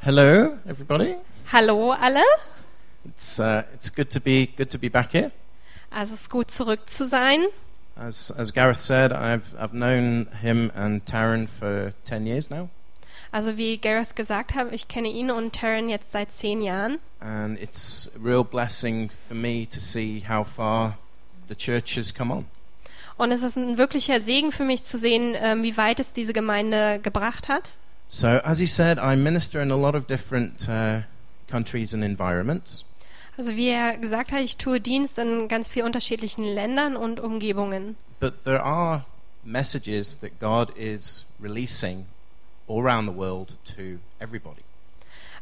Hello, everybody. Hallo alle. It's uh, it's good to be good to be back here. Also es ist gut zurück zu sein. As as Gareth said, I've I've known him and Taryn for ten years now, Also wie Gareth gesagt hat, ich kenne ihn und Taryn jetzt seit zehn Jahren. and it's a real blessing for me to see how far the church has come on. Und es ist ein wirklicher Segen für mich zu sehen, ähm, wie weit es diese Gemeinde gebracht hat. So, as he said, I minister in a lot of different uh, countries and environments, Also wie er gesagt hat, ich tue Dienst in ganz vielen unterschiedlichen Ländern und Umgebungen. but there are messages that God is releasing all around the world to everybody.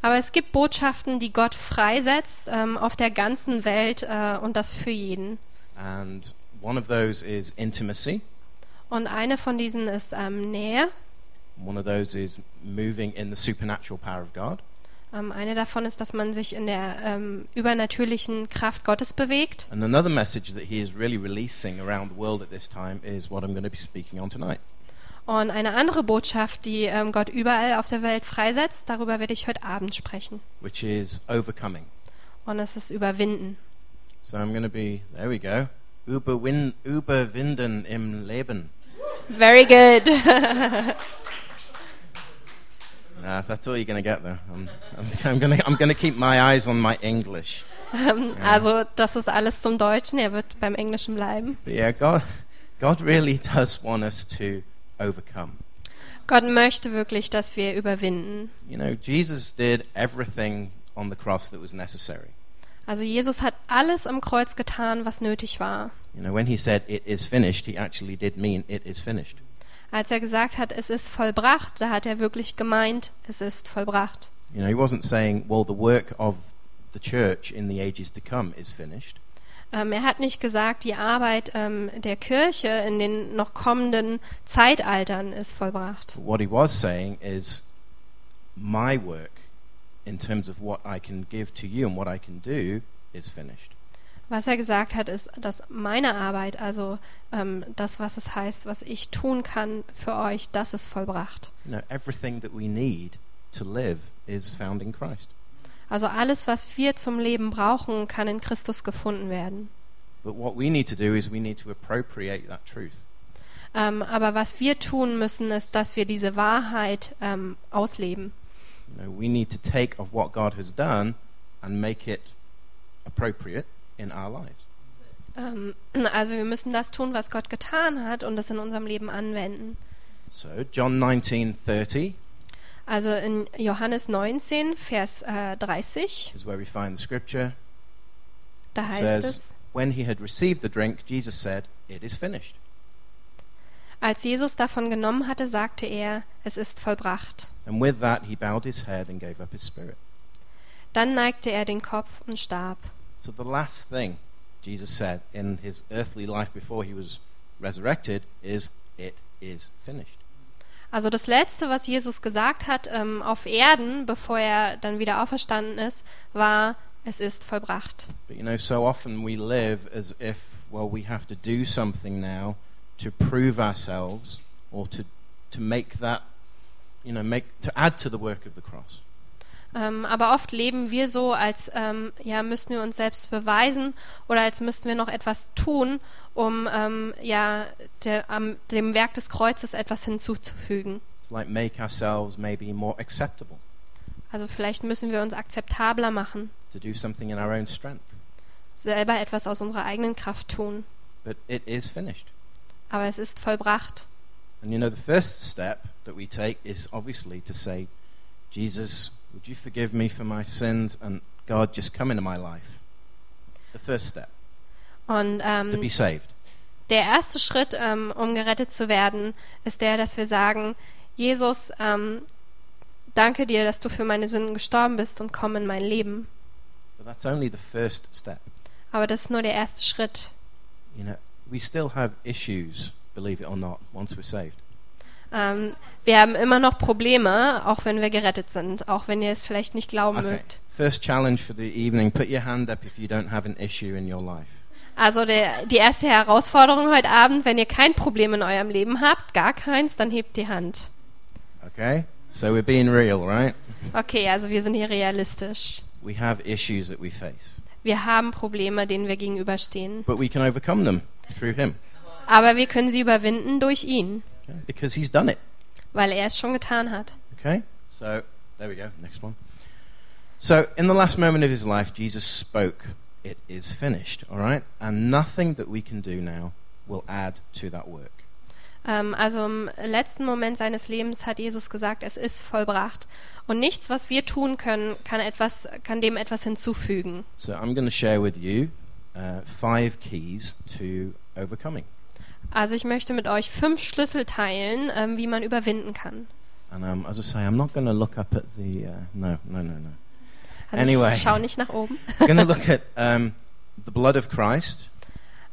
Aber es gibt Botschaften, die Gott freisetzt ähm, auf der ganzen Welt äh, und das für jeden. And one of those is intimacy. Und eine von diesen ist ähm, Nähe. One of those is moving in the supernatural power of God. Ähm, eine davon ist, dass man sich in der ähm, übernatürlichen Kraft Gottes bewegt. And another message that he is really releasing around the world at this time is what I'm going to be speaking on tonight. Und eine andere Botschaft, die ähm, Gott überall auf der Welt freisetzt, darüber werde ich heute Abend sprechen. which is overcoming. Und das ist Überwinden. So I'm going to be, there we go, überwin, überwinden im Leben. Very good. Nah, that's all you're going to get there. I'm, I'm, I'm going to I'm gonna keep my eyes on my English. Ähm, Also das ist alles zum Deutschen. Er wird beim Englischen bleiben. But yeah, God, God really does want us to overcome. Gott möchte wirklich, dass wir überwinden. You know, Jesus did everything on the cross that was necessary. Also Jesus hat alles am Kreuz getan, was nötig war. You know, when he said, it is finished, he actually did mean it is finished. Als er gesagt hat, es ist vollbracht, da hat er wirklich gemeint, es ist vollbracht. You know, he wasn't saying, well, the work of the church in the ages to come is finished. Ähm, er hat nicht gesagt, die Arbeit ähm, der Kirche in den noch kommenden Zeitaltern ist vollbracht. What he was saying is, my work in terms of what I can give to you and what I can do is finished. Was er gesagt hat, ist, dass meine Arbeit, also ähm, das, was es heißt, was ich tun kann für euch, das ist vollbracht. You know, everything that we need to live is found in Christ. Also alles, was wir zum Leben brauchen, kann in Christus gefunden werden. But what we need to do is we need to appropriate that truth. Ähm, aber was wir tun müssen, ist, dass wir diese Wahrheit ähm, ausleben. You know, we need to take of what God has done and make it appropriate in our lives. Ähm, also wir müssen das tun, was Gott getan hat und das in unserem Leben anwenden. So John 19:30 Also in Johannes 19, Vers äh, 30, is where we find the scripture. da It heißt says, es, when he had received the drink, Jesus said, "It is finished." als Jesus davon genommen hatte, sagte er, es ist vollbracht. And with that, he bowed his head and gave up his spirit. Dann neigte er den Kopf und starb. So, the last thing Jesus said in his earthly life before he was resurrected is, It is finished. Also das Letzte, was Jesus gesagt hat ähm, auf Erden, bevor er dann wieder auferstanden ist, war, es ist vollbracht. But you know, so often we live as if, well, we have to do something now to prove ourselves or to, to make that, you know, make, to add to the work of the cross. Ähm, aber oft leben wir so, als ähm, ja, müssten wir uns selbst beweisen oder als müssten wir noch etwas tun, um ähm, ja, der, am, dem Werk des Kreuzes etwas hinzuzufügen. To like make ourselves maybe more acceptable, Also vielleicht müssen wir uns akzeptabler machen, to do something in our own strength. selber etwas aus unserer eigenen Kraft tun. But it is finished. Aber es ist vollbracht. And you know, the first step that we take is obviously to say, Jesus, would you forgive me for my sins? And God, just come into my life. The first step, Und to be ähm, saved. der erste Schritt, ähm, um gerettet zu werden, ist der, dass wir sagen, Jesus, ähm, danke dir, dass du für meine Sünden gestorben bist und komm in mein Leben. But that's only the first step. Aber das ist nur der erste Schritt. You know, we still have issues, believe it or not, once we're saved. Ähm, wir haben immer noch Probleme, auch wenn wir gerettet sind, auch wenn ihr es vielleicht nicht glauben mögt. First challenge for the evening put your hand up if you don't have an issue in your life. Also der, die erste Herausforderung heute Abend, wenn ihr kein Problem in eurem Leben habt, gar keins, dann hebt die Hand. Okay? So we're being real, right? Okay, also wir sind hier realistisch. We have issues that we face, Wir haben Probleme, denen wir gegenüberstehen. but we can overcome them through Him Aber wir können sie überwinden durch ihn, okay? because He's done it. weil er es schon getan hat. Okay? So, there we go. Next one. So, in the last moment of his life, Jesus spoke, It is finished. All right? And nothing that we can do now will add to that work. Ähm, also im letzten Moment seines Lebens hat Jesus gesagt, es ist vollbracht. Und nichts, was wir tun können, kann, etwas, kann dem etwas hinzufügen. So, I'm going to share with you uh, five keys to overcoming. Also ich möchte mit euch fünf Schlüssel teilen, ähm, wie man überwinden kann. And um, as I say, I'm not going to look up at the. Uh, no, no, no, no. Also Anyway. ich schau nicht nach oben. We're going to look at um, the blood of Christ,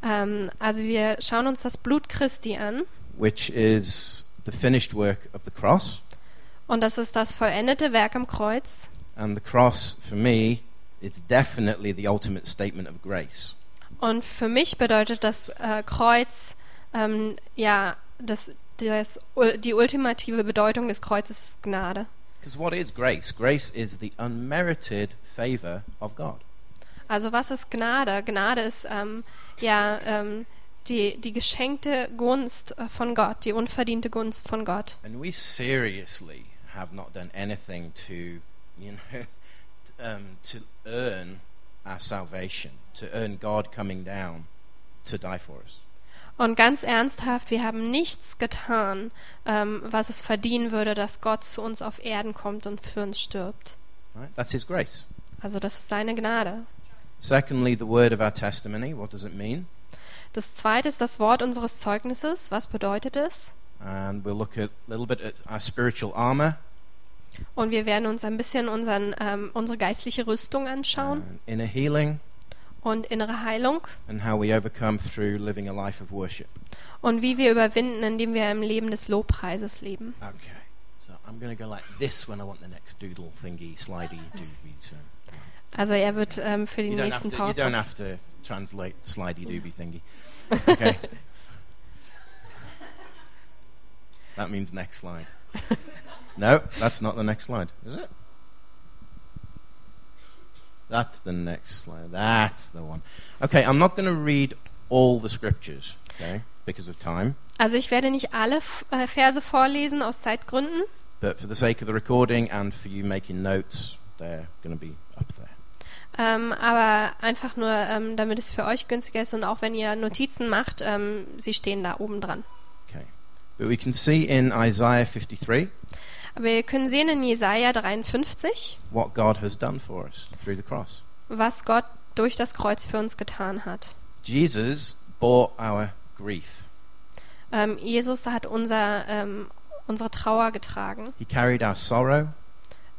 Ähm, also wir schauen uns das Blut Christi an. which is the finished work of the cross. Und das ist das vollendete Werk am Kreuz. And the cross, for me, it's definitely the ultimate statement of grace. Und für mich bedeutet das äh, Kreuz, ähm, ja, das, das, die ultimative Bedeutung des Kreuzes ist Gnade. Because what is grace? Grace is the unmerited favor of God. Also was ist Gnade? Gnade ist ähm, ja ähm, die, die geschenkte Gunst äh, von Gott, die unverdiente Gunst von Gott. And we seriously have not done anything to, you know, t- um, to earn our salvation, to earn God coming down to die for us. Und ganz ernsthaft, wir haben nichts getan, ähm, was es verdienen würde, dass Gott zu uns auf Erden kommt und für uns stirbt. Right? That's His grace. Also das ist seine Gnade. Secondly, the word of our testimony. What does it mean? Das zweite ist das Wort unseres Zeugnisses. Was bedeutet es? And we'll look at, a little bit at our spiritual armor Und wir werden uns ein bisschen unseren, ähm, unsere geistliche Rüstung anschauen and uh, inner healing. und innere Heilung and how we overcome through living a life of worship. und wie wir überwinden, indem wir im Leben des Lobpreises leben. Okay. So I'm going to go like this when I want the next doodle thingy, slidey doobie. So Also er wird ähm, für die you, don't have nächsten to, you don't PowerPoints. have to translate slidey doobie thingy. Okay. that means next slide. No, that's not the next slide, is it? That's the next slide. That's the one. Okay, I'm not going to read all the scriptures, okay, because of time. Also ich werde nicht alle F äh, Verse vorlesen aus Zeitgründen, But for the sake of the recording and for you making notes, they're going to be up there. ähm, aber einfach nur, ähm, damit es für euch günstiger ist und auch wenn ihr Notizen macht, ähm, sie stehen da oben dran. Okay. But we can see in Isaiah 53 Aber wir können sehen in Jesaja 53, what God has done for us through the cross. was Gott durch das Kreuz für uns getan hat. Jesus bore our grief, Ähm, Jesus hat unser, ähm, unsere Trauer getragen. He carried our sorrow,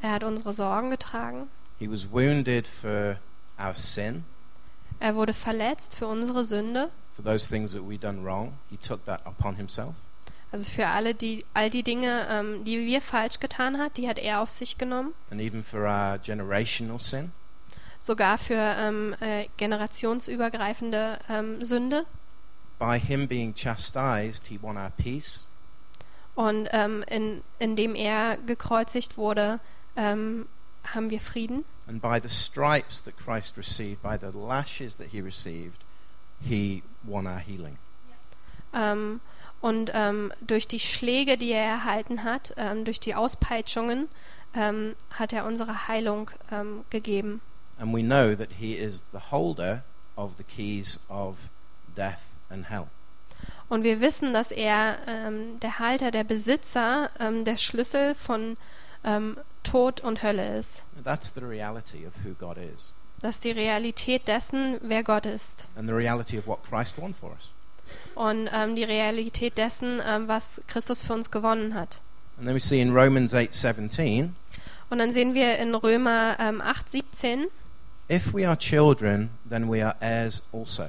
Er hat unsere Sorgen getragen. He was wounded for our sin, Er wurde verletzt für unsere Sünde, for those things that we've done wrong. He took that upon Himself. also für alle die, all die Dinge, ähm, die wir falsch getan hat, die hat er auf sich genommen. And even for our generational sin, Sogar für ähm, äh, generationsübergreifende ähm, Sünde. by Him being chastised, He won our peace. Und ähm, in, indem er gekreuzigt wurde, ähm, haben wir Frieden. And by the stripes that Christ received, by the lashes that he received, he won our healing. Ähm, und ähm, durch die Schläge, die er erhalten hat, ähm, durch die Auspeitschungen, ähm, hat er unsere Heilung ähm, gegeben. And we know that he is the holder of the keys of death and hell. Und wir wissen, dass er ähm, der Halter, der Besitzer, ähm, der Schlüssel von ähm, Tod und Hölle ist. That's the reality of who God is Das ist die Realität dessen, wer Gott ist. and the reality of what Christ won for us. Und ähm, die Realität dessen, ähm, was Christus für uns gewonnen hat. And then we see in Romans 8:17, Und dann sehen wir in Römer ähm, 8, 17, if we are children, then we are heirs also,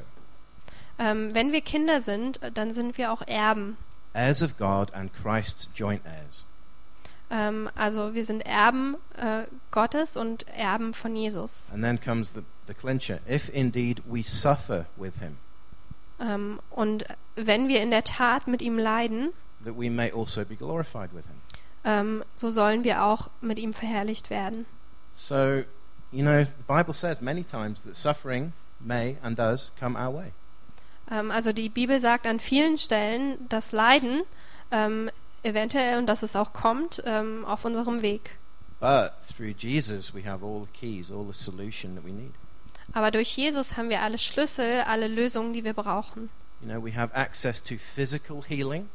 ähm, wenn wir Kinder sind, dann sind wir auch Erben. heirs of God and Christ's joint heirs. Ähm, also wir sind Erben äh, Gottes und Erben von Jesus. And then comes the, the clincher, if indeed we suffer with him, Ähm, und wenn wir in der Tat mit ihm leiden, that we may also be glorified with him. ähm, so sollen wir auch mit ihm verherrlicht werden. So, you know, the Bible says many times that suffering may and does come our way. Ähm, also die Bibel sagt an vielen Stellen, dass Leiden ähm, eventuell und dass es auch kommt ähm, auf unserem Weg. But through Jesus, we have all the keys, all the solution that we need. Aber durch Jesus haben wir alle Schlüssel, alle Lösungen, die wir brauchen. You know, we have access to physical healing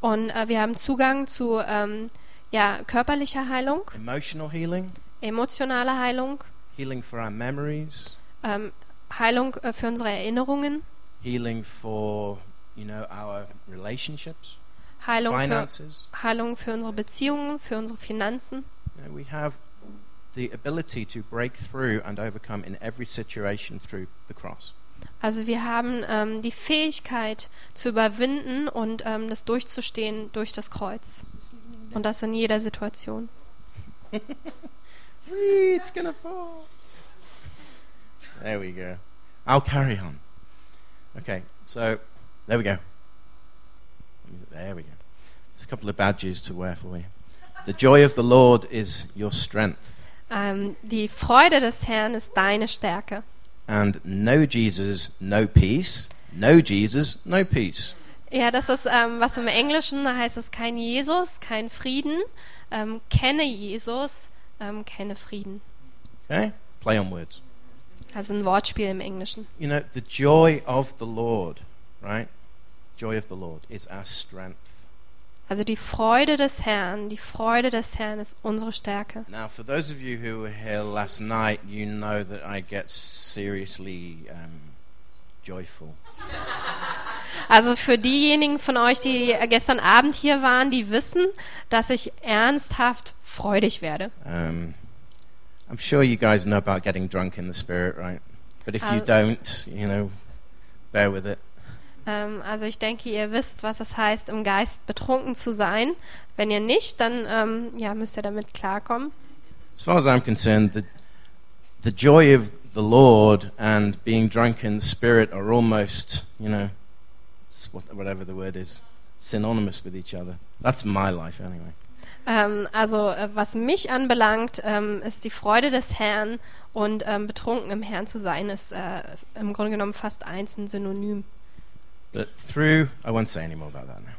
Und äh, wir haben Zugang zu ähm, ja, körperlicher Heilung, emotional healing, emotionaler Heilung, healing for our memories, ähm, Heilung äh, für unsere Erinnerungen, healing for you know our relationships, Heilung für, finances. Heilung für unsere Beziehungen, für unsere Finanzen. You know, we have the ability to break through and overcome in every situation through the cross. Also wir haben ähm, die Fähigkeit zu überwinden und ähm, das durchzustehen durch das Kreuz. Und das in jeder Situation. Whee, it's gonna fall. There we go. I'll carry on. Okay, so there we go. There we go. There's a couple of badges to wear for you. The joy of the Lord is your strength, Ähm, die Freude des Herrn ist deine Stärke. and no Jesus, no peace. No Jesus, no peace. Ja, das ist, ähm, was im Englischen heißt es kein Jesus, kein Frieden. Ähm, kenne Jesus, ähm, kenne Frieden. Okay, play on words. Also ein Wortspiel im Englischen. You know, the joy of the Lord, right? Joy of the Lord is our strength. Also die Freude des Herrn, die Freude des Herrn ist unsere Stärke. Now, for those of you who were here last night, you know that I get seriously um, joyful. Also für diejenigen von euch, die gestern Abend hier waren, die wissen, dass ich ernsthaft freudig werde. Um, I'm sure you guys know about getting drunk in the spirit, right? But if you Uh, don't, you know, bear with it. Ähm, also ich denke, ihr wisst, was es heißt, im Geist betrunken zu sein. Wenn ihr nicht, dann ähm, ja, müsst ihr damit klarkommen. As far as I'm concerned, the, the joy of the Lord and being drunk in the spirit are almost, you know, s- what- whatever the word is, synonymous with each other. That's my life, anyway. Ähm, also äh, was mich anbelangt, ähm, ist die Freude des Herrn und ähm, betrunken im Herrn zu sein, ist äh, im Grunde genommen fast eins ein Synonym. But through, I won't say any more about that now.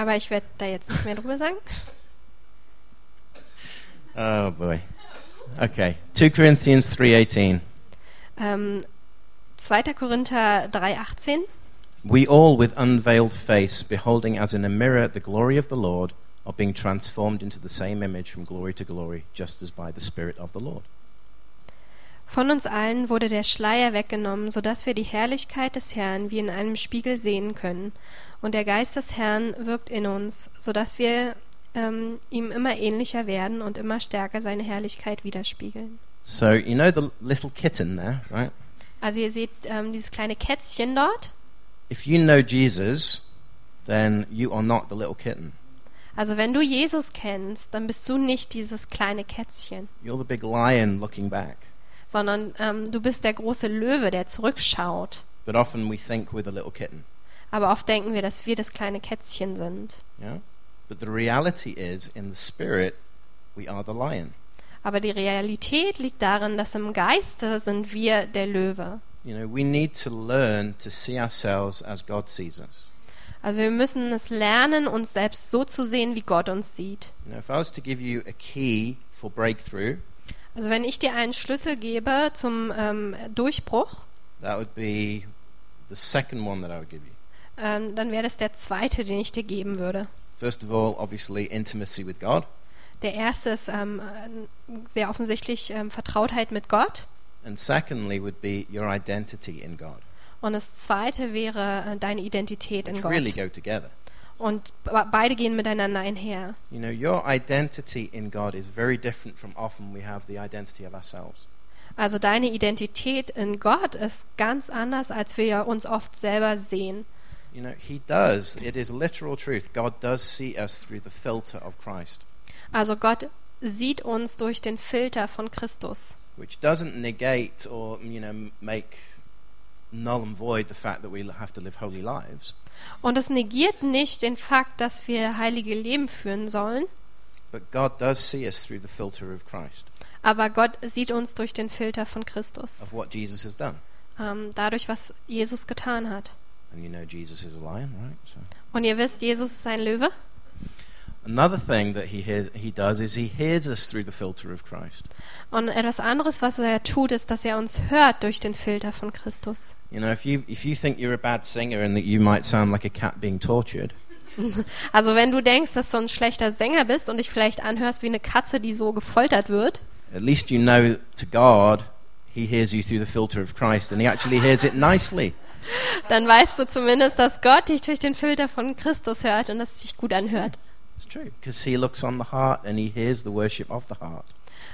Aber ich werde da jetzt nicht mehr drüber sagen. Oh boy. Okay. 2 Corinthians 3:18. Ähm, 2. Korinther 3,18 We all with unveiled face beholding as in a mirror the glory of the Lord are being transformed into the same image from glory to glory just as by the spirit of the Lord. Von uns allen wurde der Schleier weggenommen, so dass wir die Herrlichkeit des Herrn wie in einem Spiegel sehen können. Und der Geist des Herrn wirkt in uns, so dass wir ähm, ihm immer ähnlicher werden und immer stärker seine Herrlichkeit widerspiegeln. So, you know the little kitten there, right? Also ihr seht ähm, dieses kleine Kätzchen dort. If you know Jesus, then you are not the little kitten. Also wenn du Jesus kennst, dann bist du nicht dieses kleine Kätzchen, You're the big lion looking back. sondern ähm, du bist der große Löwe, der zurückschaut. But often we think we're the little kitten, Aber oft denken wir, dass wir das kleine Kätzchen sind. yeah? But the reality is in the spirit we are the lion. Aber die Realität liegt darin, dass im Geiste sind wir der Löwe. You know, we need to learn to see ourselves as God sees us. Also wir müssen es lernen, uns selbst so zu sehen, wie Gott uns sieht. You know, if I was to give you a key for breakthrough, Also wenn ich dir einen Schlüssel gebe zum ähm, Durchbruch, that would be the second one that I would give you. ähm, dann wäre das der zweite, den ich dir geben würde. First of all, obviously, intimacy with God. Der erste ist ähm, sehr offensichtlich ähm, Vertrautheit mit Gott. And secondly, would be your identity in God, Und das zweite wäre äh, deine Identität in which Gott. really go together. Und be- beide gehen miteinander einher. You know, your identity in God is very different from often we have the identity of ourselves. Also deine Identität in Gott ist ganz anders, als wir uns oft selber sehen. You know, He does, it is literal truth. God does see us through the filter of Christ, Also Gott sieht uns durch den Filter von Christus. which doesn't negate or, you know, make null and void the fact that we have to live holy lives. Und es negiert nicht den Fakt, dass wir heilige Leben führen sollen, But God does see us through the filter of Christ, Aber Gott sieht uns durch den Filter von Christus, of what Jesus has done. ähm, dadurch, was Jesus getan hat. And you know Jesus is a lion, right? So Und ihr wisst, Jesus ist ein Löwe. another thing that he hear, he does is he hears us through the filter of Christ. Und etwas anderes, was er tut, ist, dass er uns hört durch den Filter von Christus. You know, if you if you think you're a bad singer and that you might sound like a cat being tortured, Also wenn du denkst, dass du ein schlechter Sänger bist und dich vielleicht anhörst wie eine Katze, die so gefoltert wird, at least you know to God he hears you through the filter of Christ and he actually hears it nicely. dann weißt du zumindest, dass Gott dich durch den Filter von Christus hört und dass es dich gut anhört. It's true because he looks on the heart and he hears the worship of the heart.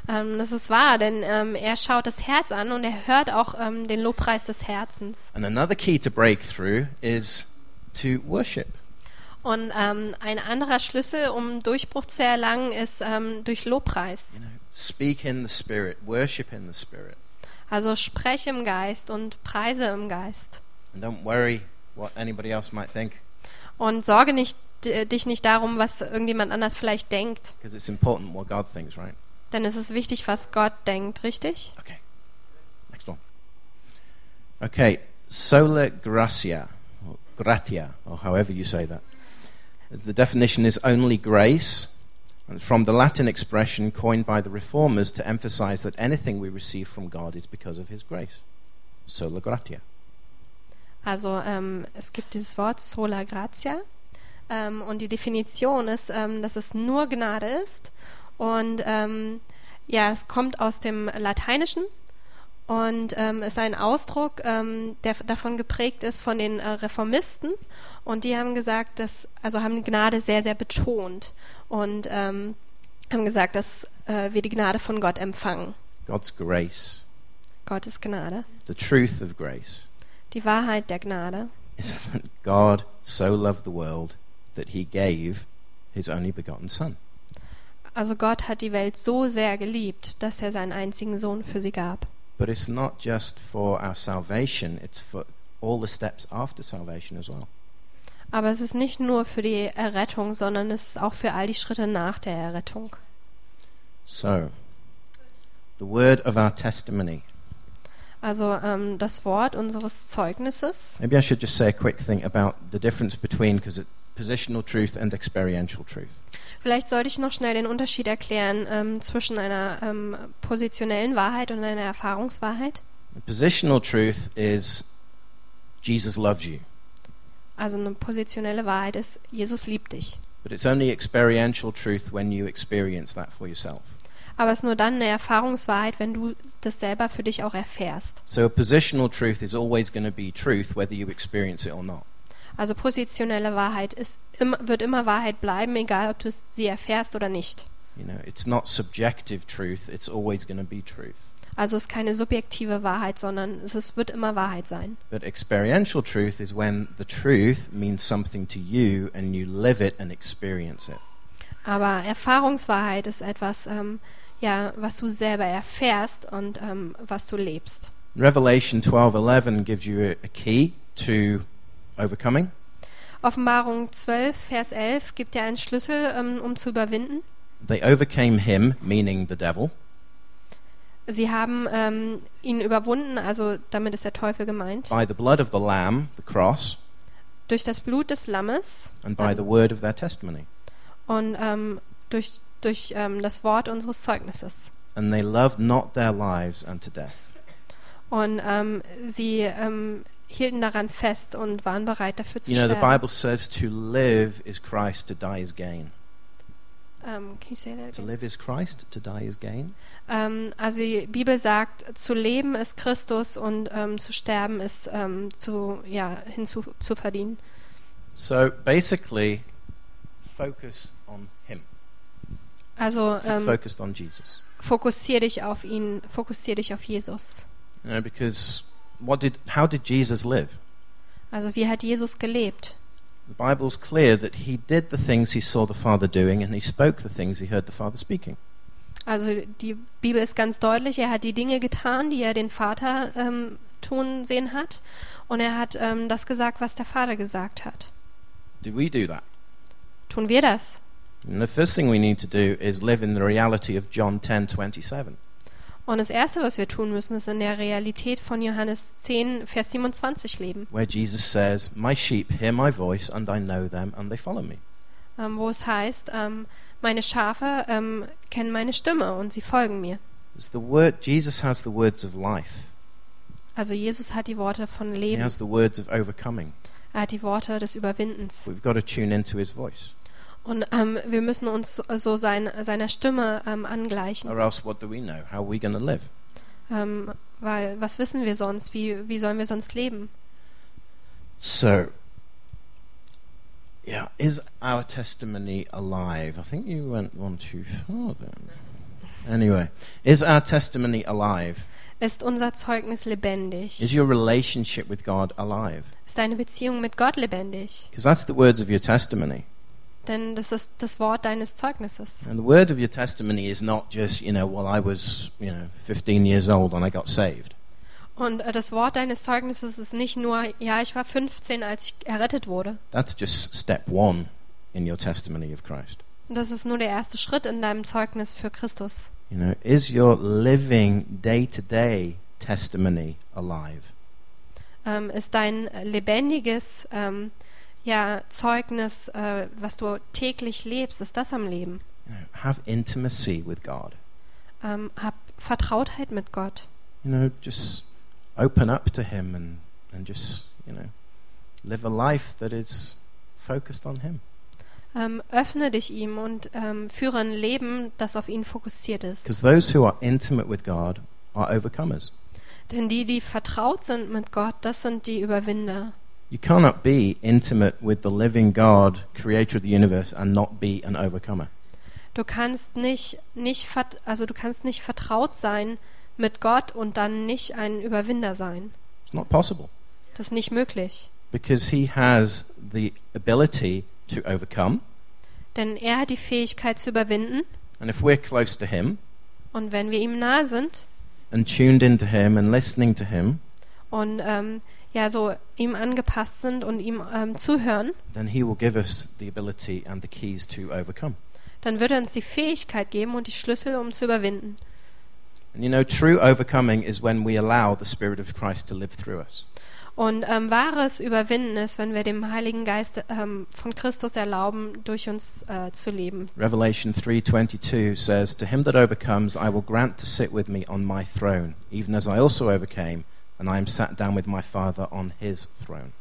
Ähm, das ist wahr, denn ähm, er schaut das Herz an und er hört auch ähm, den Lobpreis des Herzens. And another key to breakthrough is to worship. Und ähm, ein anderer Schlüssel, um Durchbruch zu erlangen, ist ähm, durch Lobpreis. Speak in the spirit, worship in the spirit. Also spreche im Geist und preise im Geist. And don't worry what anybody else might think Und sorge nicht, d- dich nicht darum, was irgendjemand anders vielleicht denkt. because it's important what God thinks, right? Denn es ist wichtig, was Gott denkt, richtig? Okay. Next one. Okay, sola gratia, or gratia, or however you say that. The definition is only grace, and from the Latin expression coined by the reformers to emphasize that anything we receive from God is because of his grace. Sola gratia. Also ähm, es gibt dieses Wort sola gratia ähm, und die Definition ist, ähm, dass es nur Gnade ist und ähm, ja, es kommt aus dem Lateinischen und ähm, ist ein Ausdruck, ähm, der f- davon geprägt ist von den äh, Reformisten und die haben gesagt, dass also haben Gnade sehr sehr betont und ähm, haben gesagt, dass äh, wir die Gnade von Gott empfangen. God's grace, Gott ist Gnade, the truth of grace, die Wahrheit der Gnade. is that God so loved the world that he gave his only begotten Son. Also Gott hat die Welt so sehr geliebt, dass er seinen einzigen Sohn für sie gab. But it's not just for our salvation, it's for all the steps after salvation as well. Aber es ist nicht nur für die Errettung, sondern es ist auch für all die Schritte nach der Errettung. So, the word of our testimony. Also ähm, das Wort unseres Zeugnisses. Maybe I should just say a quick thing about the difference between because it's positional truth and experiential truth. Vielleicht sollte ich noch schnell den Unterschied erklären ähm, zwischen einer ähm, positionellen Wahrheit und einer Erfahrungswahrheit. The positional truth is Jesus loves you, Also eine positionelle Wahrheit ist, Jesus liebt dich. but it's only experiential truth when you experience that for yourself. Aber es ist nur dann eine Erfahrungswahrheit, wenn du das selber für dich auch erfährst. So a positional truth is always going to be truth whether you experience it or not. Also positionelle Wahrheit ist im, wird immer Wahrheit bleiben, egal ob du es- sie erfährst oder nicht. You know, it's not subjective truth, it's always going to be truth. Also es ist keine subjektive Wahrheit, sondern es ist, wird immer Wahrheit sein. But experiential truth is when the truth means something to you and you live it and experience it. Aber Erfahrungswahrheit ist etwas, ähm, ja, was du selber erfährst und ähm, was du lebst. Revelation 12:11 gives you a, a key to overcoming. Offenbarung 12, Vers 11 gibt dir einen Schlüssel, ähm, um zu überwinden. They overcame him, meaning the devil, Sie haben ähm, ihn überwunden, also damit ist der Teufel gemeint, by the blood of the lamb, the cross, durch das Blut des Lammes and by the word of their testimony. und ähm, durch, durch ähm, das Wort unseres Zeugnisses. And they loved not their lives unto death. Und ähm, sie ähm, hielten daran fest und waren bereit dafür zu You know, the sterben. Bible says to live is Christ, to die is gain. Ähm, can you say that To again? live is Christ, to die is gain. Ähm, also die Bibel sagt, zu leben ist Christus und ähm, zu sterben ist ähm, zu, ja, hinzu zu verdienen. So basically, focus on him. Also Keep ähm, focused on Jesus. fokussier dich auf ihn, fokussier dich auf Jesus. You know, because what did how did Jesus live? Also wie hat Jesus gelebt? The Bible's clear that he did the things he saw the Father doing and he spoke the things he heard the Father speaking. Also die Bibel ist ganz deutlich, er hat die Dinge getan, die er den Vater ähm, tun sehen hat und er hat ähm, das gesagt, was der Vater gesagt hat. Do we do that? Tun wir das? And the first thing we need to do is live in the reality of John 10:27. Und das Erste, was wir tun müssen, ist in der Realität von Johannes 10, Vers 27 leben, where Jesus says, My sheep hear my voice, and I know them, and they follow me. ähm, wo es heißt, ähm, meine Schafe ähm, kennen meine Stimme und sie folgen mir. It's the word, Jesus has the words of life, Also Jesus hat die Worte von He Leben, has the words of overcoming. er hat die Worte des Überwindens. We've got to tune into His voice, Und ähm, wir müssen uns so sein, seiner Stimme ähm, angleichen, or else what do we know? How are we going to live? ähm, weil was wissen wir sonst? Wie, wie sollen wir sonst leben? So, yeah, is our testimony alive? I think you went one too far then. Anyway, is our testimony alive? Ist unser Zeugnis lebendig? Is your relationship with God alive? Ist deine Beziehung mit Gott lebendig? Because that's the words of your testimony. Denn das ist das Wort deines Zeugnisses. And the word of your testimony is not just, you know, well, I was, you know, 15 years old and I got saved. Und äh, das Wort deines Zeugnisses ist nicht nur, ja, ich war 15, als ich errettet wurde. That's just step one in your testimony of Christ. Und das ist nur der erste Schritt in deinem Zeugnis für Christus. You know, is your living day to day testimony alive? Ähm, ist dein lebendiges ähm, ja, Zeugnis, äh, was du täglich lebst, ist das am Leben. You know, have intimacy with God. Ähm, hab Vertrautheit mit Gott. You know, just open up to Him and, and just, you know, live a life that is focused on Him. Ähm, öffne dich ihm und ähm, führe ein Leben, das auf ihn fokussiert ist. Because those who are intimate with God are overcomers. Denn die, die vertraut sind mit Gott, das sind die Überwinder. You cannot be intimate with the living God, creator of the universe, and not be an overcomer. Du kannst nicht, nicht vert- also du kannst nicht vertraut sein mit Gott und dann nicht ein Überwinder sein. It's not possible Das ist nicht möglich. because he has the ability to overcome. Denn er hat die Fähigkeit zu überwinden And if we're close to him und wenn wir ihm nahe sind and tuned into him and listening to him, und ähm, ja so ihm angepasst sind und ihm ähm, zuhören, then he will give us the ability and the keys to overcome. dann wird er uns die Fähigkeit geben und die Schlüssel, um zu überwinden. And you know, true overcoming is when we allow the Spirit of Christ to live through us. Und ähm, wahres Überwinden ist, wenn wir dem Heiligen Geist ähm, von Christus erlauben, durch uns äh, zu leben. Revelation 3:22 says, "To him that overcomes I will grant to sit with me on my throne, even as I also overcame and I am sat down with my Father on his throne."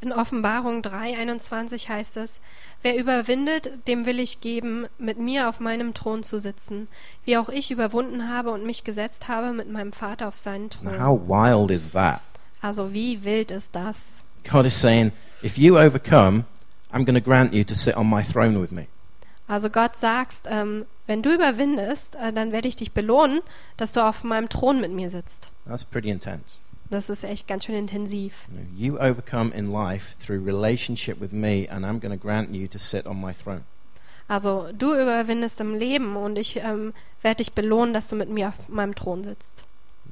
In Offenbarung 3,21 heißt es: Wer überwindet, dem will ich geben, mit mir auf meinem Thron zu sitzen, wie auch ich überwunden habe und mich gesetzt habe mit meinem Vater auf seinen Now Thron. how wild is that? Also, wie wild ist das? God is saying, "If you overcome, I'm going to grant you to sit on my throne with me." Also, Gott sagst, ähm, wenn du überwindest, äh, dann werde ich dich belohnen, dass du auf meinem Thron mit mir sitzt. That's pretty intense. Das ist echt ganz schön intensiv. You, know, you overcome in life through relationship with me, and I'm going to grant you to sit on my throne. Also, du überwindest im Leben und ich ähm, werde dich belohnen, dass du mit mir auf meinem Thron sitzt.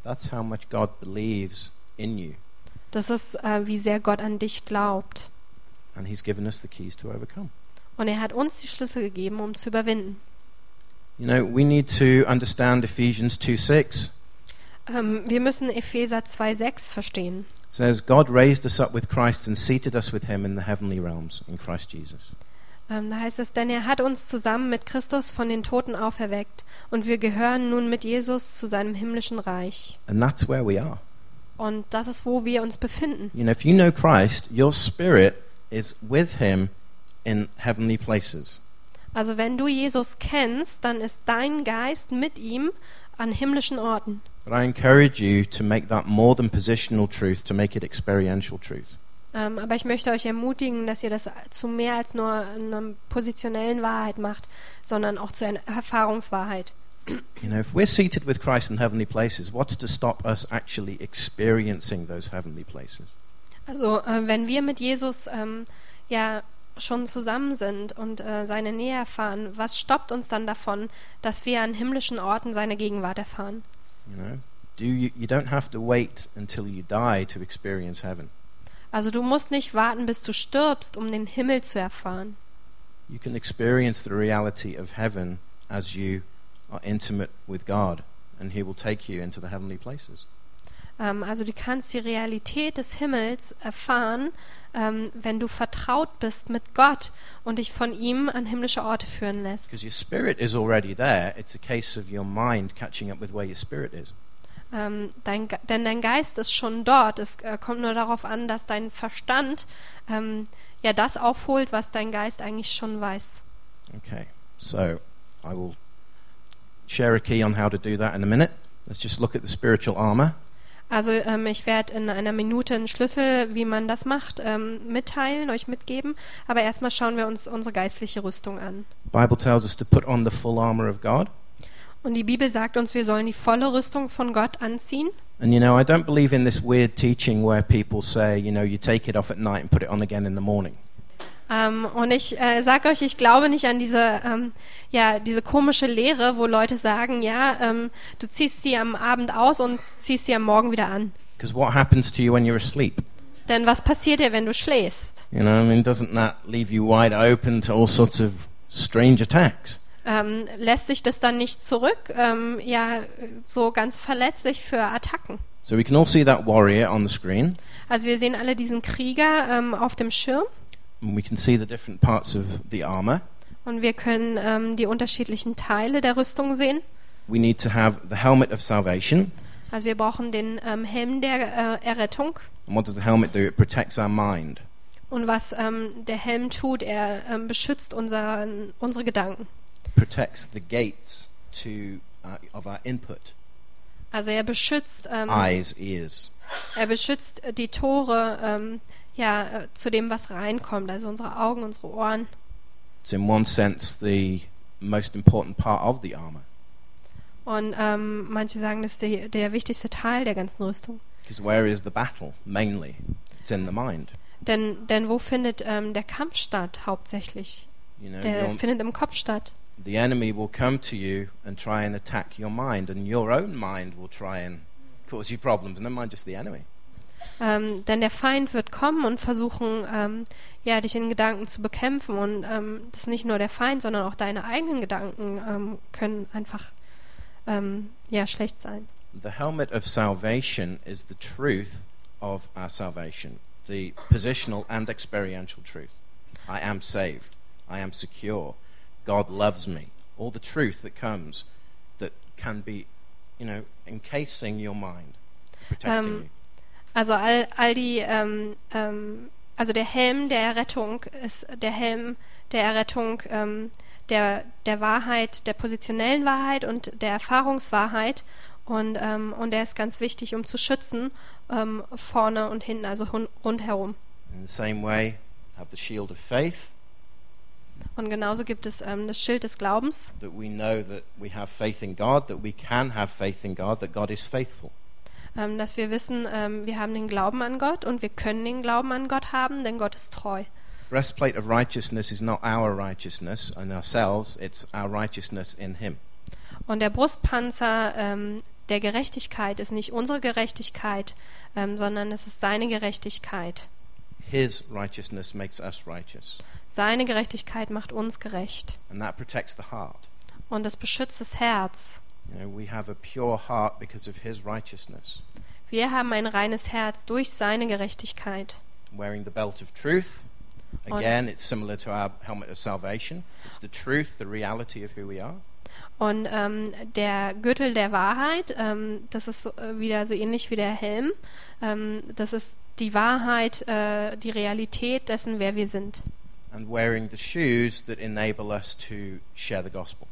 That's how much God believes in you, Das ist, äh, wie sehr Gott an dich glaubt. and He's given us the keys to overcome. Und er hat uns die Schlüssel gegeben, um zu überwinden. You know, we need to understand Ephesians 2 6 Ähm, wir müssen Epheser 2,6 verstehen. says, God raised us up with Christ and seated us with him in the heavenly realms in Christ Jesus. Ähm, da heißt es, denn er hat uns zusammen mit Christus von den Toten auferweckt und wir gehören nun mit Jesus zu seinem himmlischen Reich. And that's where we are. Und das ist, wo wir uns befinden. You know, if you know Christ, your spirit is with him in heavenly places. Also wenn du Jesus kennst, dann ist dein Geist mit ihm an himmlischen Orten. But I encourage you to make that more than positional truth, to make it experiential truth. Ähm, aber ich möchte euch ermutigen, dass ihr das zu mehr als nur einer positionellen Wahrheit macht, sondern auch zu einer Erfahrungswahrheit. You know, if we're seated with Christ in heavenly places, what's to stop us actually experiencing those heavenly places? Also äh, wenn wir mit Jesus ähm, ja schon zusammen sind und äh, seine Nähe erfahren, was stoppt uns dann davon, dass wir an himmlischen Orten seine Gegenwart erfahren? You know, do you, you don't have to wait until you die to experience heaven. Also du musst nicht warten, bis du stirbst, um den Himmel zu erfahren. you can experience the reality of heaven as you are intimate with God, and He will take you into the heavenly places. Ähm, also du kannst die Realität des Himmels erfahren, ähm, wenn du vertraut bist mit Gott und dich von ihm an himmlische Orte führen lässt. Because your spirit is already there. It's a case of your mind catching up with where your spirit is. Ähm, dein, Ge- denn dein Geist ist schon dort. Es äh, kommt nur darauf an, dass dein Verstand ähm, ja das aufholt, was dein Geist eigentlich schon weiß. Okay, so I will share a key on how to do that in a minute. Let's just look at the spiritual armor. Also ähm, ich werde in einer Minute einen Schlüssel, wie man das macht, ähm, mitteilen, euch mitgeben. Aber erstmal schauen wir uns unsere geistliche Rüstung an. Bible tells us to put on the full armor of God. Und die Bibel sagt uns, wir sollen die volle Rüstung von Gott anziehen. And you know, I don't believe in this weird teaching where people say, you know, you take it off at night and put it on again in the morning. Ähm, und ich äh, sage euch, ich glaube nicht an diese, ähm, ja, diese komische Lehre, wo Leute sagen, ja, ähm, du ziehst sie am Abend aus und ziehst sie am Morgen wieder an. Because what happens to you when you're asleep? Denn was passiert dir, wenn du schläfst? You know, I mean, doesn't that leave you wide open to all sorts of strange attacks? Ähm, lässt sich das dann nicht zurück? Ähm, ja, so ganz verletzlich für Attacken. So we can all see that warrior on the screen, Also wir sehen alle diesen Krieger ähm, auf dem Schirm and we can see the different parts of the armor. und wir können ähm, die unterschiedlichen Teile der Rüstung sehen. We need to have the helmet of salvation. Also wir brauchen den ähm, Helm der äh, Errettung. And what does the helmet do? It protects our mind. Und was ähm, der Helm tut, er ähm, beschützt unseren, unsere Gedanken. protects the gates to uh, of our input, Also er beschützt, ähm, eyes, ears. er beschützt die Tore ähm, ja, äh, zu dem, was reinkommt, also unsere Augen, unsere Ohren. It's in one sense the most important part of the armor Und ähm, manche sagen, das ist die, der wichtigste Teil der ganzen Rüstung. because where is the battle mainly? It's in the mind. Denn, denn wo findet ähm, der Kampf statt hauptsächlich? You know, Der your- findet im Kopf statt. the enemy will come to you and try and attack your mind, and your own mind will try and cause you problems. Never mind just the enemy. Ähm, denn der Feind wird kommen und versuchen, ähm, ja, dich in Gedanken zu bekämpfen. Und ähm, das ist nicht nur der Feind, sondern auch deine eigenen Gedanken ähm, können einfach ähm, ja, schlecht sein. The helmet of salvation is the truth of our salvation, the positional and experiential truth. I am saved. I am secure. God loves me. All the truth that comes that can be, you know, encasing your mind, protecting Um, you. Also all, all die, ähm, ähm, also der Helm der Errettung ist der Helm der Errettung ähm, der, der Wahrheit, der positionellen Wahrheit und der Erfahrungswahrheit. Und, ähm, und der ist ganz wichtig, um zu schützen, ähm, vorne und hinten, also hun- rundherum. In the same way, have the shield of faith Und genauso gibt es ähm, das Schild des Glaubens, that we know that we have faith in God, that we can have faith in God, that God is faithful. ähm, dass wir wissen, ähm, wir haben den Glauben an Gott und wir können den Glauben an Gott haben, denn Gott ist treu. breastplate of righteousness is not our righteousness in ourselves, it's our righteousness in Him. Und der Brustpanzer ähm, der Gerechtigkeit ist nicht unsere Gerechtigkeit, ähm, sondern es ist seine Gerechtigkeit. His righteousness makes us righteous, Seine Gerechtigkeit macht uns gerecht and that protects the heart. und es beschützt das Herz. You know, we have a pure heart because of His righteousness. Wir haben ein reines Herz durch seine Gerechtigkeit. Wearing the belt of truth, On- again, it's similar to our helmet of salvation. It's the truth, the reality of who we are. Und ähm, der Gürtel der Wahrheit, ähm, das ist so, äh, wieder so ähnlich wie der Helm. Ähm, das ist die Wahrheit, äh, die Realität dessen, wer wir sind. And wearing the shoes that enable us to share the gospel.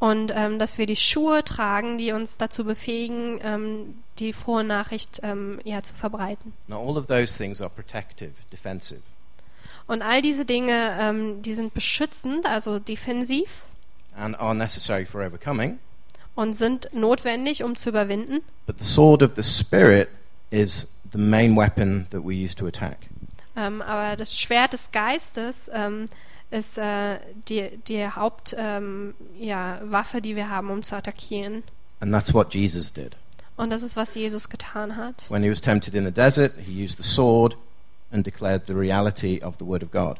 Und ähm, dass wir die Schuhe tragen, die uns dazu befähigen, ähm, die frohe Nachricht ähm, ja, zu verbreiten. Now, all of those things are protective, defensive. Und all diese Dinge, ähm, die sind beschützend, also defensiv and are necessary for overcoming. und sind notwendig, um zu überwinden. But the sword of the Spirit is the main weapon that we use to attack. Ähm, aber das Schwert des Geistes ähm, ist äh, die, die Hauptwaffe, ähm, ja, Waffe, die wir haben, um zu attackieren. And that's what Jesus did. Und das ist, was Jesus getan hat. When he was tempted in the desert, he used the sword and declared the reality of the Word of God.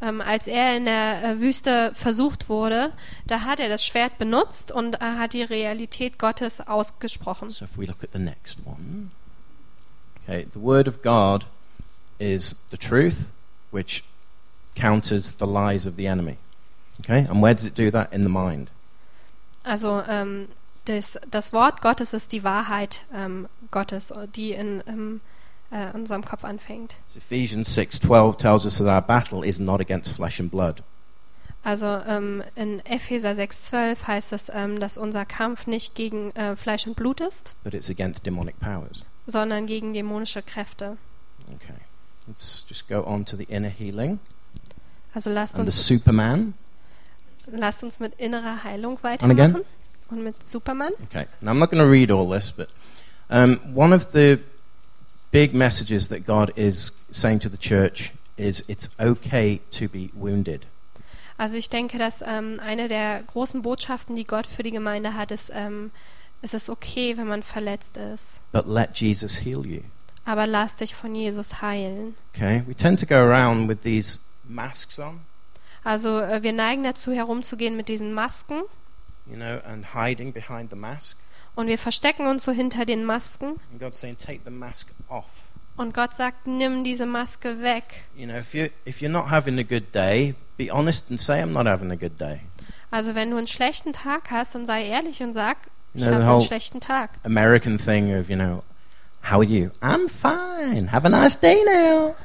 ähm, als er in der äh, Wüste versucht wurde, da hat er das Schwert benutzt und er hat die Realität Gottes ausgesprochen. So if we look at the next one. Okay, the word of God is the truth which counters the lies of the enemy. Okay? And where does it do that in the mind? Also ähm, das, das Wort Gottes ist die Wahrheit ähm, Gottes, die in ähm, äh, in unserem Kopf anfängt. So Ephesians 6:12 tells us that our battle is not against flesh and blood. Also ähm, in Epheser 6,12 heißt es, ähm, dass unser Kampf nicht gegen äh, Fleisch und Blut ist, but it's against demonic powers. sondern gegen dämonische Kräfte. Okay. Let's just go on to the inner healing Also lasst and the uns, Superman. lasst uns mit innerer Heilung And again. weitermachen und mit Superman. Okay. Now I'm not going to read all this, but um, one of the big messages that God is saying to the church is it's okay to be wounded. Also ich denke, dass ähm, eine der großen Botschaften, die Gott für die Gemeinde hat, ist, ähm, es ist okay, wenn man verletzt ist, But let Jesus heal you. aber lass dich von Jesus heilen. Okay? We tend to go around with these masks on, Also äh, wir neigen dazu, herumzugehen mit diesen Masken you know, and hiding behind the mask. und wir verstecken uns so hinter den Masken And God's saying, take the mask off. und Gott sagt, nimm diese Maske weg. You know, if you if you're not having a good day, be honest and say I'm not having a good day. Also wenn du einen schlechten Tag hast, dann sei ehrlich und sag, ich Na, habe dann einen hau- schlechten Tag. American thing of, you know, how are you? I'm fine. Have a nice day now.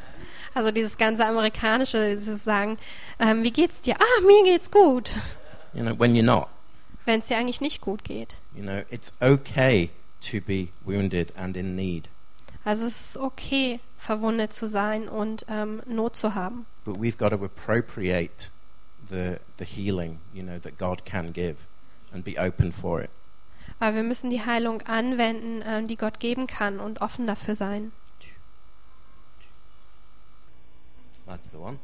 Also dieses ganze amerikanische, dieses Sagen, ähm, wie geht's dir? Ah, mir geht's gut. You know, when you're not. Wenn es dir eigentlich nicht gut geht. You know, it's okay to be wounded and in need, Also es ist okay, verwundet zu sein und ähm, Not zu haben. but we've got to appropriate the the healing, you know, that God can give and be open for it. Aber wir müssen die Heilung anwenden, ähm, die Gott geben kann und offen dafür sein. That's the one.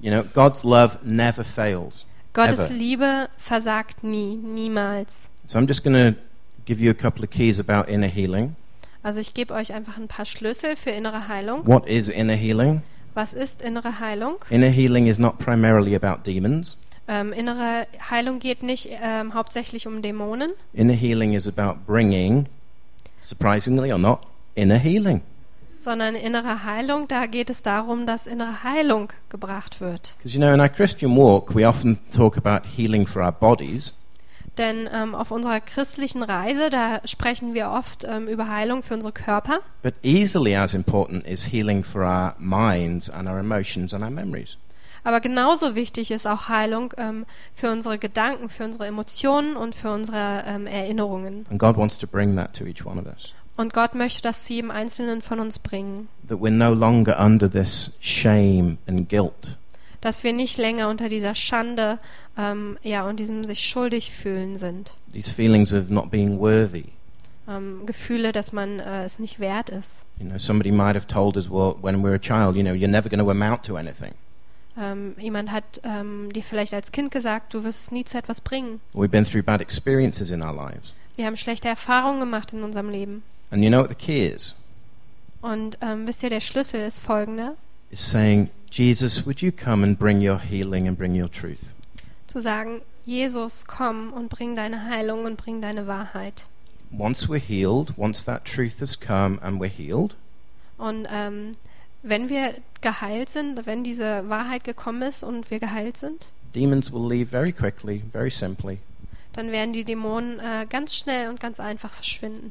You know, God's love never fails. Gottes Ever. Liebe versagt nie, niemals. So I'm just going to give you a couple of keys about inner healing. Also ich gebe euch einfach ein paar Schlüssel für innere Heilung. What is inner healing? Was ist innere Heilung? Inner healing is not primarily about demons. Ähm, innere Heilung geht nicht ähm, hauptsächlich um Dämonen. Inner healing is about bringing, surprisingly or not, inner healing. sondern innere Heilung, da geht es darum, dass innere Heilung gebracht wird. Because you know, in our Christian walk, we often talk about healing for our bodies, Denn ähm, auf unserer christlichen Reise, da sprechen wir oft ähm, über Heilung für unsere Körper, but easily as important is healing for our minds and our emotions and our memories. aber genauso wichtig ist auch Heilung ähm, für unsere Gedanken, für unsere Emotionen und für unsere ähm, Erinnerungen. And God wants to bring that to each one of us. Und Gott möchte das zu jedem Einzelnen von uns bringen, That we're no longer under this shame and guilt dass wir nicht länger unter dieser Schande ähm, ja, und diesem sich schuldig fühlen sind. these feelings of not being worthy. Ähm, Gefühle, dass man äh, es nicht wert ist. You know, somebody might have told us well, when we were a child, you know, you're never going to amount to anything. Ähm, jemand hat ähm, dir vielleicht als Kind gesagt, du wirst es nie zu etwas bringen. We've been through bad experiences in our lives. Wir haben schlechte Erfahrungen gemacht in unserem Leben. And you know what the key is? Und ähm, wisst ihr, der Schlüssel ist folgender, Is saying, Jesus, would you come and bring your healing and bring your truth? zu sagen, Jesus, komm und bring deine Heilung und bring deine Wahrheit. Once we're healed, once that truth has come and we're healed, Und ähm, wenn wir geheilt sind, wenn diese Wahrheit gekommen ist und wir geheilt sind, demons will leave very quickly, very simply. dann werden die Dämonen äh, ganz schnell und ganz einfach verschwinden.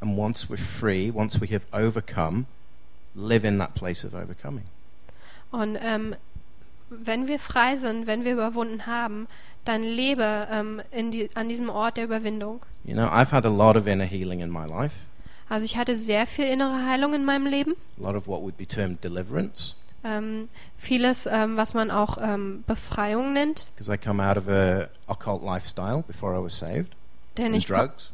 And once we're free, once we have overcome, live in that place of overcoming. Und ähm, wenn wir frei sind, wenn wir überwunden haben, dann lebe ähm, in die, an diesem Ort der Überwindung. You know, I've had a lot of inner healing in my life, Also ich hatte sehr viel innere Heilung in meinem Leben. a lot of what would be termed deliverance. Ähm, vieles, ähm, was man auch ähm, Befreiung nennt. because I come out of a occult lifestyle before I was saved Denn and ich, ko- drugs.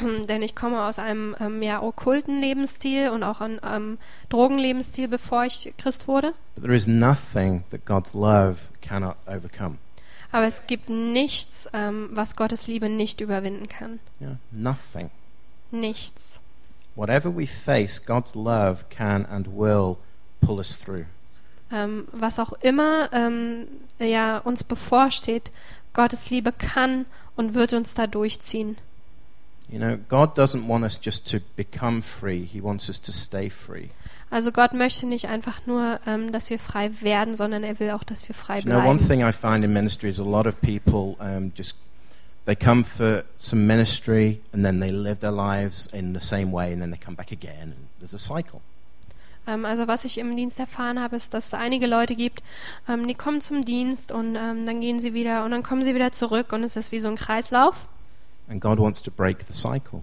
denn ich komme aus einem ähm, ja, okkulten Lebensstil und auch einem ähm, Drogenlebensstil, bevor ich Christ wurde. But there is nothing that God's love cannot overcome. Aber es gibt nichts, ähm, was Gottes Liebe nicht überwinden kann. Yeah, nothing. Nichts. Whatever we face, God's love can and will pull us through. ähm, was auch immer ähm, ja, uns bevorsteht, Gottes Liebe kann und wird uns da durchziehen. You know, God doesn't want us just to become free, He wants us to stay free. Also Gott möchte nicht einfach nur, ähm, dass wir frei werden, sondern er will auch, dass wir frei You know, one bleiben. thing I find in ministry is a lot of people um, just they come for some ministry and then they live their lives in the same way and then they come back again and there's a cycle. Ähm, also was ich im Dienst erfahren habe, ist, dass es einige Leute gibt, ähm, die kommen zum Dienst und ähm, dann gehen sie wieder und dann kommen sie wieder zurück und es ist wie so ein Kreislauf. And God wants to break the cycle,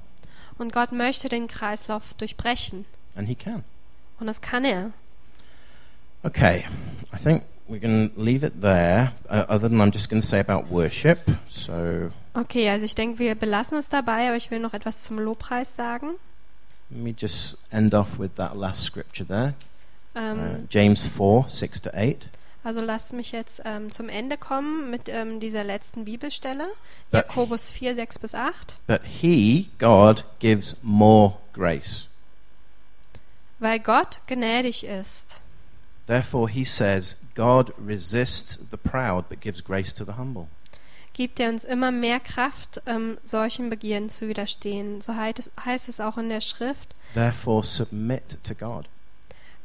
Und Gott möchte den Kreislauf durchbrechen. and He can. Und das kann er. Okay, I think we can leave it there. Uh, other than I'm just going to say about worship. So Okay, also ich denke, wir belassen es dabei, aber ich will noch etwas zum Lobpreis sagen. let me just end off with that last scripture there, uh, Ähm, James four six to eight. also lasst mich jetzt ähm, zum Ende kommen mit ähm, dieser letzten Bibelstelle. Ja. Jakobus 4, 6 bis 8. But He, God, gives more grace. Weil Gott gnädig ist. Therefore, he says, God resists the proud but gives grace to the humble. gibt er uns immer mehr Kraft, ähm, solchen Begierden zu widerstehen. So heißt es, heißt es auch in der Schrift. Therefore, submit to God.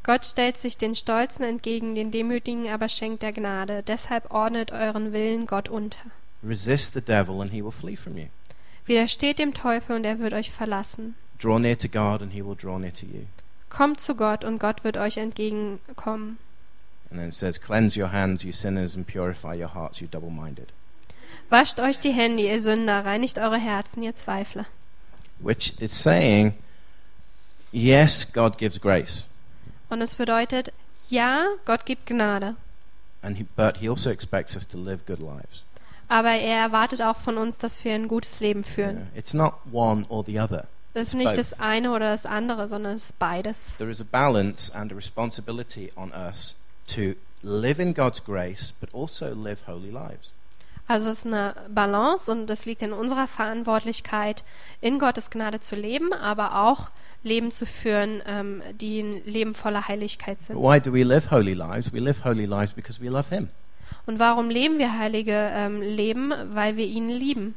Gott stellt sich den Stolzen entgegen, den Demütigen aber schenkt er Gnade. Deshalb ordnet euren Willen Gott unter. Resist the devil and he will flee from you. Widersteht dem Teufel und er wird euch verlassen. Draw near to God and he will draw near to you. Kommt zu Gott und Gott wird euch entgegenkommen. And then it says, Cleanse your hands, you sinners, and purify your hearts, you double minded. Wascht euch die Hände, ihr Sünder, reinigt eure Herzen, ihr Zweifler. Which is saying, yes, God gives grace, Und es bedeutet, ja, Gott gibt Gnade, and he, but he also expects us to live good lives. aber er erwartet auch von uns, dass wir ein gutes Leben führen. You know, It's not one or the other. Das It's ist nicht both. das eine oder das andere, sondern es ist beides. There is a balance and a responsibility on us to live in God's grace, but also live holy lives. Also es ist eine Balance und das liegt in unserer Verantwortlichkeit, in Gottes Gnade zu leben, aber auch Leben zu führen, ähm, die ein Leben voller Heiligkeit But sind. why do we live holy lives? We live holy lives because we love Him. Und warum leben wir heilige ähm, Leben? Weil wir ihn lieben.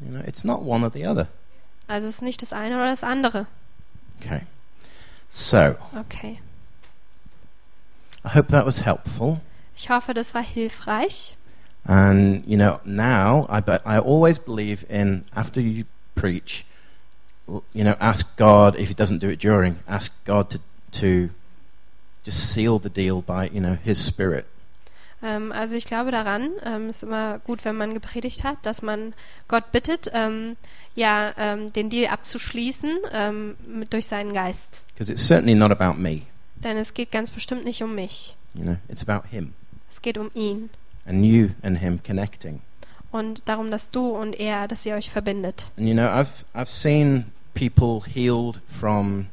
You know, it's not one or the other. Also es ist nicht das eine oder das andere. Okay. So Okay. I hope that was helpful. Ich hoffe, das war hilfreich. And you know, now I but I always believe in after you preach, l- you know, ask God if He doesn't do it during, ask God to to just seal the deal by you know His Spirit. Ähm, also ich glaube daran, ähm, ist immer gut, wenn man gepredigt hat, dass man Gott bittet, ähm, ja, ähm, den Deal abzuschließen ähm, mit, durch seinen Geist. Because it's certainly not about me. Denn es geht ganz bestimmt nicht um mich. You know, it's about Him. Es geht um ihn and you and him connecting. und darum, dass du und er, dass ihr euch verbindet. And you know, I've I've seen people healed from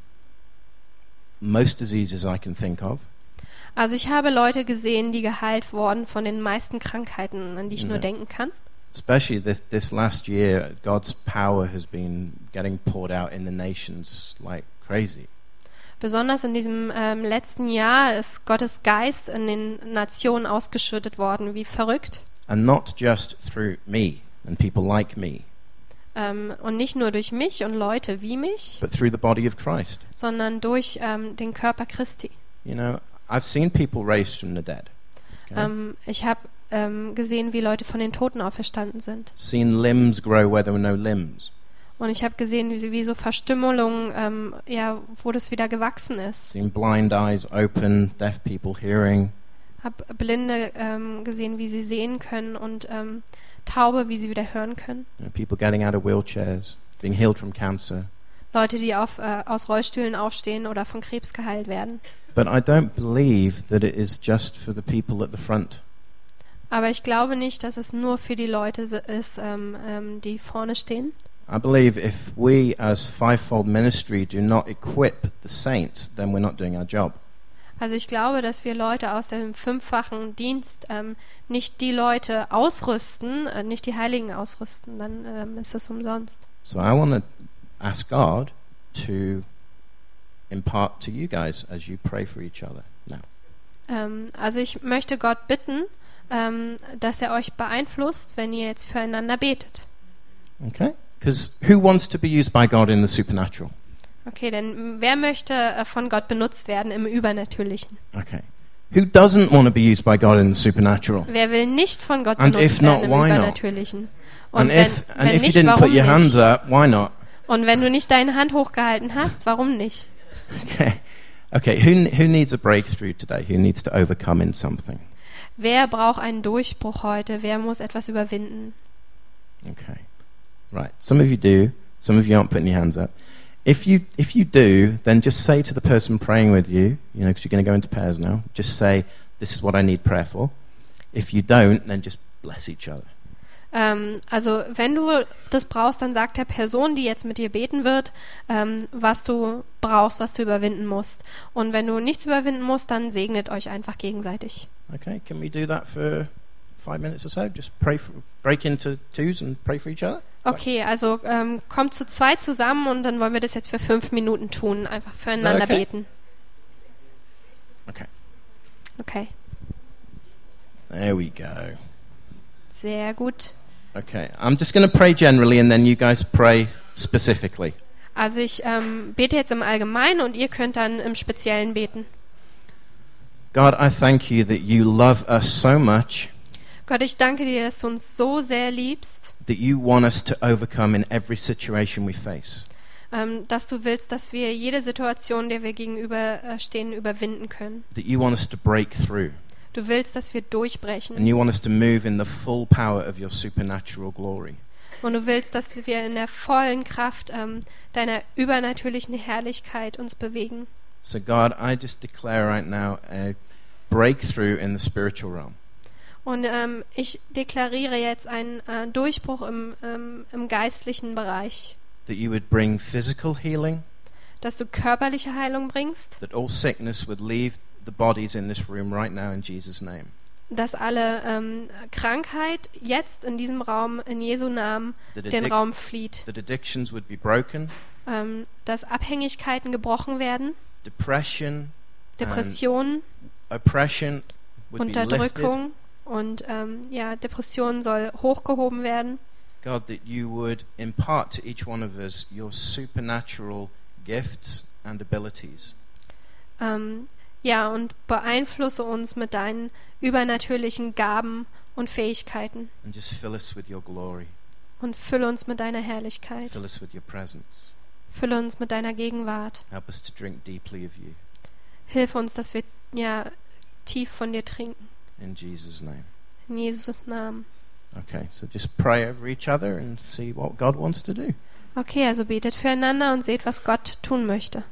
most diseases I can think of. Also ich habe Leute gesehen, die geheilt wurden von den meisten Krankheiten, an die ich nur Ja. denken kann. Especially this this last year, God's power has been getting poured out in the nations like crazy. Besonders in diesem ähm, letzten Jahr ist Gottes Geist in den Nationen ausgeschüttet worden, wie verrückt. And not just through me and people like me, Ähm, und nicht nur durch mich und Leute wie mich, but through the body of Christ. sondern durch ähm, den Körper Christi. You know, I've seen people raised from the dead. okay? Ähm, ich habe ähm, gesehen, wie Leute von den Toten auferstanden sind. seen limbs grow where there were no limbs. Und ich habe gesehen, wie, sie- wie so Verstümmelungen, ähm, ja, wo das wieder gewachsen ist. Seen blind eyes open, deaf people hearing. Habe Blinde ähm, gesehen, wie sie sehen können und ähm, Taube, wie sie wieder hören können. You know, people getting out of wheelchairs, being healed from cancer. Leute, die auf, äh, aus Rollstühlen aufstehen oder von Krebs geheilt werden. But I don't believe that it is just for the people at the front. Aber ich glaube nicht, dass es nur für die Leute se- ist, ähm, ähm, die vorne stehen. I believe if we, as fivefold ministry, do not equip the saints, then we're not doing our job. Also ich glaube, dass wir Leute aus dem fünffachen Dienst ähm, nicht die Leute ausrüsten, äh, nicht die Heiligen ausrüsten, dann ähm, ist das umsonst. So I want to ask God to impart to you guys as you pray for each other now. Ähm, also ich möchte Gott bitten, ähm, dass er euch beeinflusst, wenn ihr jetzt füreinander betet. Okay? Because who wants to be used by God in the supernatural? Okay, denn wer möchte äh, von Gott benutzt werden im Übernatürlichen? Okay. Who doesn't want to be used by God in the supernatural? Wer will nicht von Gott And if benutzt not, werden why im not? Übernatürlichen? and Und wenn, if, and wenn if you nicht, didn't put warum your hands nicht? up, why not? Und wenn du nicht deine Hand hochgehalten hast, warum nicht? Okay. Okay, who, who needs a breakthrough today? Who needs to overcome in something? Wer braucht einen Durchbruch heute? Wer muss etwas überwinden? Okay. Right. Some of you do, some of you aren't putting your hands up. If you, if you do, then just say to the person praying with you, you know, because you're going to go into pairs now, just say, this is what I need prayer for. If you don't, then just bless each other. Ähm, also wenn du das brauchst, dann sagt der Person, die jetzt mit dir beten wird, ähm, was du brauchst, was du überwinden musst. Und wenn du nichts überwinden musst, dann segnet euch einfach gegenseitig. Okay, can we do that for five minutes or so? Just pray for, break into twos and pray for each other? Okay, also ähm, kommt zu zwei zusammen und dann wollen wir das jetzt für fünf Minuten tun, einfach füreinander okay? beten. Okay. Okay, There we go. sehr gut. Okay, I'm just going to pray generally and then you guys pray specifically. Also ich ähm, bete jetzt im Allgemeinen und ihr könnt dann im Speziellen beten. God, I thank you that you love us so much Gott, ich danke dir, dass du uns so sehr liebst, that you want us to overcome in every situation we face. ähm, dass du willst, dass wir jede Situation, der wir gegenüberstehen, überwinden können. That you want us to break through Du willst, dass wir and durchbrechen. you want us to move in the full power of your supernatural glory. Und du willst, dass wir in der vollen Kraft ähm, deiner übernatürlichen Herrlichkeit uns bewegen. So, God, I just declare right now a breakthrough in the spiritual realm. Und ähm, ich deklariere jetzt einen äh, Durchbruch im, ähm, im geistlichen Bereich, That you would bring physical healing, dass du körperliche Heilung bringst, that all sickness would leave the bodies in this room right now in Jesus' name. dass alle ähm, Krankheit jetzt in diesem Raum in Jesu Namen That, den addic- Raum flieht, that addictions would be broken, ähm, dass Abhängigkeiten gebrochen werden, Ähm, depression, Depressionen, oppression would be lifted. Unterdrückung und ähm, ja, Depressionen soll hochgehoben werden. God, that you would impart to each one of us your supernatural gifts and abilities. Ähm, ja, und beeinflusse uns mit deinen übernatürlichen Gaben und Fähigkeiten. And just fill us with your glory. und fülle uns mit deiner Herrlichkeit. Fill us with your presence. Fülle uns mit deiner Gegenwart. Help us to drink deeply of you. Hilf uns, dass wir ja tief von dir trinken. In Jesus' name. In Jesus Namen. Okay, so just pray over each other and see what God wants to do. Okay, also betet füreinander und seht, was Gott tun möchte.